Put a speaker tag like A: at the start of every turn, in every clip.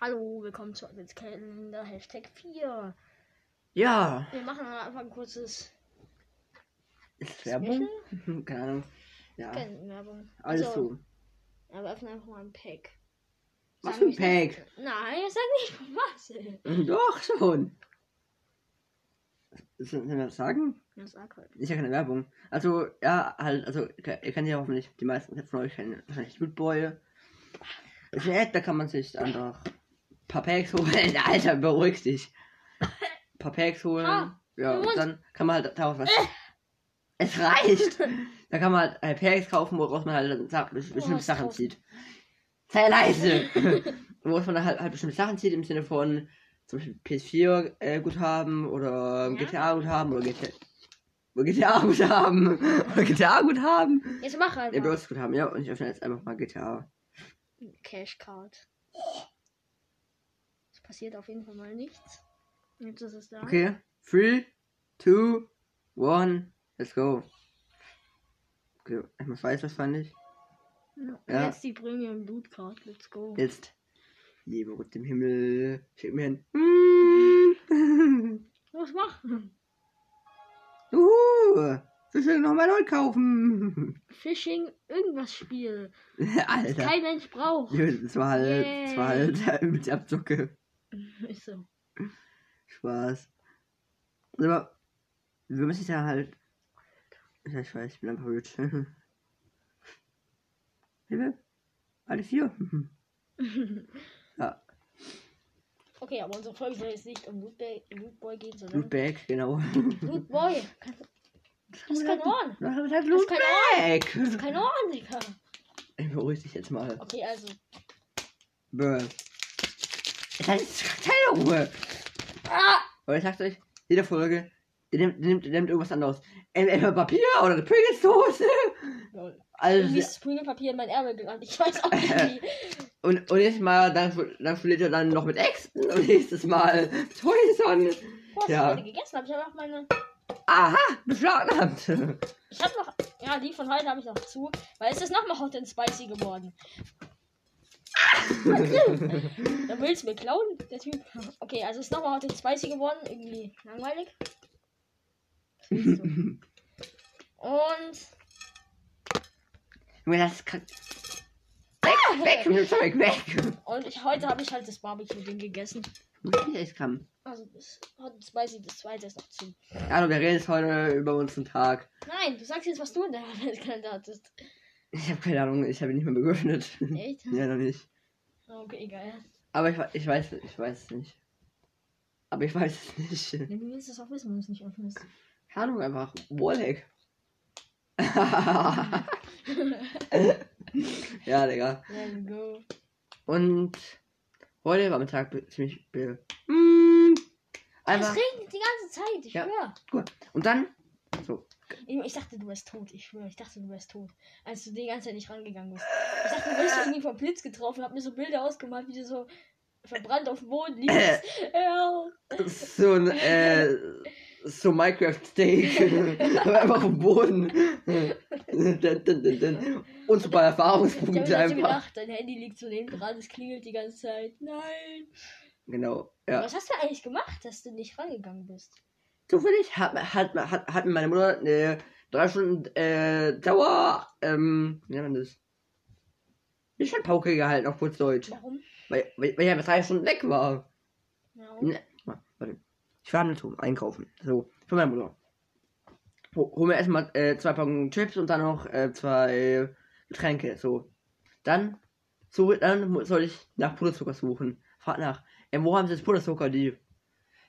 A: Hallo, willkommen zu Adventskalender Hashtag 4.
B: Ja,
A: Wir machen am Anfang ein kurzes
B: ist Werbung? Keine Ahnung. Ja,
A: Werbung.
B: alles
A: Also,
B: so.
A: Ja, wir öffnen einfach mal ein Pack.
B: Was
A: Sag
B: für ein
A: nicht, dass-
B: Pack?
A: Nein, das sag nicht von Marcel.
B: Doch schon. Sollen wir das sagen?
A: Das sag halt.
B: Ist ja keine Werbung. Also, ja, halt, also, ihr kennt ja hoffentlich, die meisten von euch kennen wahrscheinlich Good Boy. Ist nett, da kann man sich einfach ein paar Packs holen. Alter, beruhig dich. Ein paar Packs holen.
A: Ah,
B: ja,
A: Mund.
B: und dann kann man halt daraus was. es reicht! Da kann man halt Packs kaufen, woraus man halt sa- bestimmte
A: hast
B: Sachen
A: raus.
B: zieht. Sei leise! woraus man halt, halt bestimmte Sachen zieht, im Sinne von zum Beispiel PS4-Guthaben oder
A: Ja.
B: GTA-Guthaben oder GTA. Oder GTA-Guthaben! Oder GTA-Guthaben!
A: Jetzt mach halt
B: Ja,
A: einfach.
B: bloß Guthaben, ja, und ich öffne jetzt einfach mal GTA.
A: Cash Card. Es passiert auf jeden Fall mal nichts. Jetzt ist es da.
B: Okay, 3, 2, 1, let's go. Okay, erstmal weiß was fand ich.
A: Ja.
B: Ja.
A: Jetzt die Premium Loot Card. Let's go.
B: Jetzt. Liebe Gott im Himmel, schick mir ein.
A: Los, mach.
B: Juhu! Ich will nochmal neu kaufen.
A: Fishing, irgendwas Spiel. Das
B: Alter.
A: kein Mensch braucht.
B: Ja, Das war halt, das war
A: Yay.
B: halt mit der Abzocke.
A: Ist so.
B: Spaß. Aber wir müssen ja halt. Ja, ich weiß, ich bin einfach rich. Hilfe? Alle vier? Ja,
A: Okay, aber unsere Folge soll jetzt nicht um Lootboy, Lootboy gehen, sondern
B: Lootbag, genau.
A: Lootboy. Das ist kein Ohren.
B: Das ist
A: ist
B: halt
A: Das ist
B: Lootbag.
A: kein Ohren, Digga.
B: Ich beruhige dich jetzt mal.
A: Okay, also.
B: Bäh. Das ist keine Ruhe.
A: Ah!
B: Aber ich sag's euch, jede Folge, ihr nehmt, ihr nehmt, ihr nehmt irgendwas anderes. Entweder Papier oder eine Pringles-Soße.
A: Lol. Irgendwie
B: Also,
A: ist das grüne Papier in mein Ärmel gerannt. Ich weiß auch nicht wie.
B: und, und nächstes Mal, dann, dann füllt ihr dann noch mit Äxten und nächstes Mal mit Häusern.
A: Boah,
B: Ja.
A: ja. ich gegessen habe. Ich habe auch meine.
B: Aha, beschlagnahmt.
A: Ich habe noch. Ja, die von heute habe ich noch zu. Weil es ist nochmal hot and spicy geworden. Dann willst du mir klauen, der Typ. Okay, also es ist nochmal hot and spicy geworden. Irgendwie langweilig. Was willst du? Und.
B: Junge, das kann... Weg, weg, weg, weg, weg.
A: Und ich, heute habe ich halt das Barbecue-Ding gegessen.
B: Muss ich echt kommen.
A: Also das Hot and Spicy, das zweite ist noch zu.
B: Also, wir reden jetzt heute über unseren Tag.
A: Nein, du sagst jetzt, was du in der Adventskalender hattest.
B: Ich habe keine Ahnung, ich habe ihn nicht mehr geöffnet.
A: Echt? Ah,
B: Ja, noch nicht.
A: Okay, egal.
B: Aber ich, we- ich weiß, ich weiß es nicht. Aber ich weiß es nicht.
A: Ja, du willst es auch wissen, wenn du es nicht öffnest.
B: Keine Ahnung, einfach Wallhack. ja, Digga.
A: Let's go.
B: Und heute war mein Tag be- ziemlich. Be mm,
A: es
B: einfach.
A: regnet die ganze Zeit, ich
B: Ja.
A: schwör.
B: Gut. Und dann. So.
A: Ich, ich dachte, du wärst tot, ich schwör. Ich dachte, du wärst tot. Als du die ganze Zeit nicht rangegangen bist. Ich dachte, du wirst irgendwie vom Blitz getroffen. Hab mir so Bilder ausgemalt, wie du so verbrannt auf dem Boden liegst. ja.
B: äh, So ein. Äh, so Minecraft-Steak. Aber einfach am Boden. Dun, dun, dun, dun. Und super
A: Ich habe
B: Erfahrungspunkte
A: mir
B: einfach.
A: gedacht, dein Handy liegt so neben dran, es klingelt die ganze Zeit. Nein.
B: Genau. Ja.
A: Was hast du eigentlich gemacht, dass du nicht rangegangen bist?
B: Zufällig hat, hat, hat, hat meine Mutter eine drei Stunden äh, Dauer, ähm, wie nennt man das? Nicht halt Pauke gehalten, auf kurz Deutsch.
A: Warum?
B: Weil, weil, weil ich ja drei Stunden weg war.
A: Warum?
B: Ne, warte. Ich war am Netto einkaufen. So, für meine Mutter. Ho- Hol mir erstmal äh, zwei Packungen Chips und dann noch äh, zwei Getränke. So. Dann, so, dann mu- soll ich nach Puderzucker suchen. Frag nach. Ähm, wo haben sie das Puderzucker, die?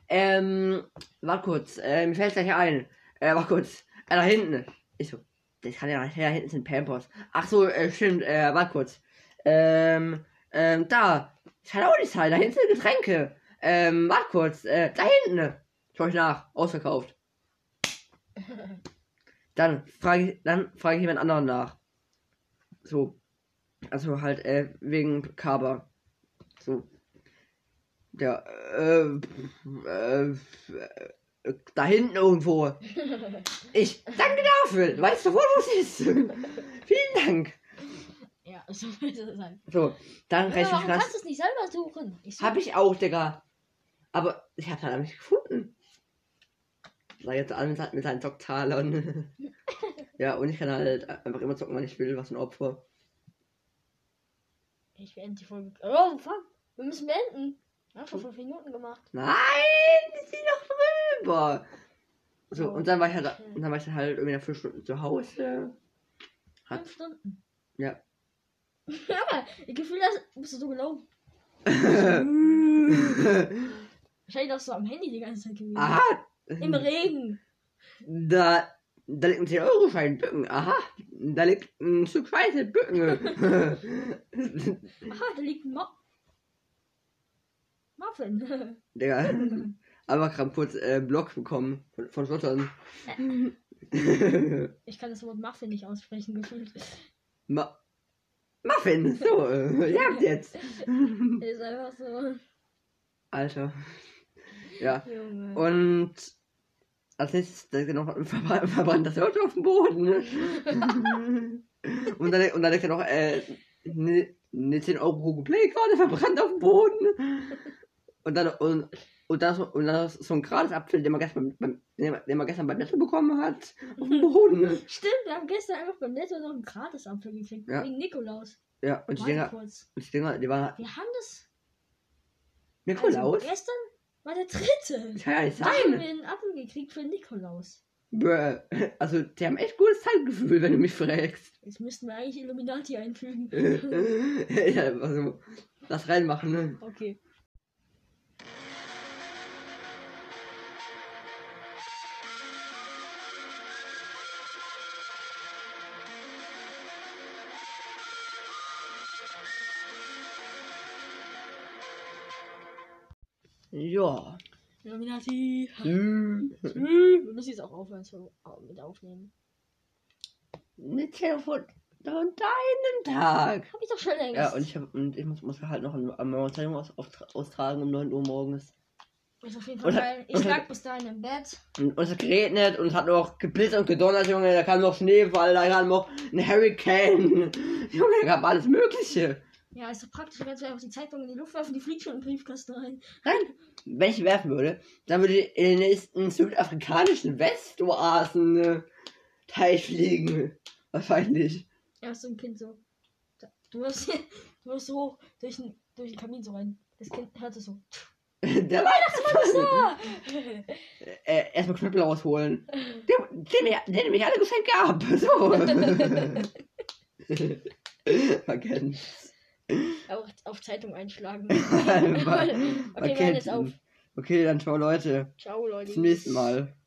B: Ähm, warte kurz. Äh, mir fällt gleich ein. Äh, warte kurz. Äh, da hinten. Ich so. Das kann ja nicht. Da hinten sind Pampers. Ach so, äh, stimmt. Äh, warte kurz. Ähm, ähm, da. Das kann auch nicht sein. Da hinten sind Getränke. Ähm, warte kurz. Äh, da hinten. Schau ich nach. Ausverkauft. Dann frage ich, dann frage ich jemand anderen nach. So. Also halt, äh, wegen Kaba. So. Ja, äh, äh, äh, da hinten irgendwo. Ich danke dafür. Weißt du, wo du siehst? Vielen Dank.
A: Ja. Jahre, so sollte das sein.
B: So, dann
A: Ja,
B: recht
A: Äh, warum
B: krass.
A: kannst du es nicht selber suchen? Ich suche
B: Hab ich auch, Digga. Aber ich hab's halt nicht gefunden. Sag jetzt an mit, mit seinen Zocktalern. ja, und ich kann halt einfach immer zocken, wann ich will, was ein Opfer.
A: Ich beende die Folge. Oh, fuck. Wir müssen beenden. Ja,
B: Hm.
A: vor fünf Minuten gemacht.
B: Nein, die sind noch drüber. So, und dann war ich halt, und dann war ich dann halt irgendwie nach fünf Stunden zu Hause. Hat-
A: Fünf Stunden.
B: Ja.
A: Ja, ich gefühl, das bist du so gelaufen. Wahrscheinlich auch so am Handy die ganze Zeit gewesen.
B: Aha,
A: Im Regen.
B: da, da liegt ein 10-Euro-Schein, Bücken. Aha, da liegt ein Stück Scheiße, Bücken.
A: Aha, da liegt ein Mo Muffin.
B: Digga. Aber gerade kurz äh, Block bekommen von, von Schottern.
A: Äh, Ich kann das Wort Muffin nicht aussprechen, gefühlt.
B: Ma Muffin, so, äh, ihr habt jetzt.
A: Ist einfach so.
B: Alter. Ja.
A: Junge.
B: Und als nächstes genau da liegt ja noch ein verbra verbranntes Auto auf dem Boden. ne? und, dann, und dann liegt ja noch äh, ne, ne 10 Euro Playkarte verbrannt auf dem Boden. Und dann, und, und dann, so, und dann so ein gratis Apfel, den man gestern beim, beim, den man gestern beim Netto bekommen hat, auf dem Boden. ne?
A: Stimmt, wir haben gestern einfach beim Netto noch einen Gratisapfel gekriegt.
B: Ja.
A: Wegen Nikolaus.
B: Ja, und die
A: Warte
B: Dinger,
A: kurz.
B: und die Dinger, die waren
A: Wir haben das.
B: Nikolaus?
A: Also gestern war der dritte.
B: Das kann ja nicht
A: Da haben wir
B: sein.
A: einen Apfel gekriegt für Nikolaus.
B: Bäh. Also, die haben echt gutes Zeitgefühl, wenn du mich fragst.
A: Jetzt müssten wir eigentlich Illuminati einfügen.
B: ja, also, das reinmachen, ne?
A: Okay.
B: Ja.
A: Illuminati.
B: Hm.
A: Wir müssen jetzt auch aufhören zu, au- mit aufnehmen.
B: Nicht von an deinem Tag.
A: Hab ich doch schon längst.
B: Ja, und ich, hab, und ich muss, muss halt noch eine eine Zeitung aus, auf, austragen um 9 Uhr morgens.
A: Ist auf jeden Fall
B: Und-
A: geil. Ich
B: und-
A: lag bis dahin im Bett.
B: Und, und es hat geregnet und es hat noch geblitzt und gedonnert, Junge. Da kam noch Schneefall, da kam noch ein Hurricane. Junge, da kam alles Mögliche.
A: Ja, ist doch praktisch. Du kannst einfach die Zeitung in die Luft werfen, die fliegt schon in den Briefkasten rein.
B: Nein, wenn ich werfen würde, dann würde ich in den nächsten südafrikanischen Westoasen äh, Teich fliegen. Wahrscheinlich.
A: Ja, so ein Kind so. Da- Du wirst, du wirst so hoch durch den, durch den Kamin so rein. Das Kind hörte so.
B: Der Weihnachtsmann!
A: Ah!
B: Äh, erstmal Knüppel rausholen. Der, der, der, der mich alle Geschenke ab. So. Vergessen.
A: Auch auf Zeitung einschlagen.
B: Man
A: okay, wir hören
B: kennt
A: jetzt auf.
B: ihn. Okay, dann ciao Leute.
A: Ciao, Leute.
B: Bis zum nächsten Mal.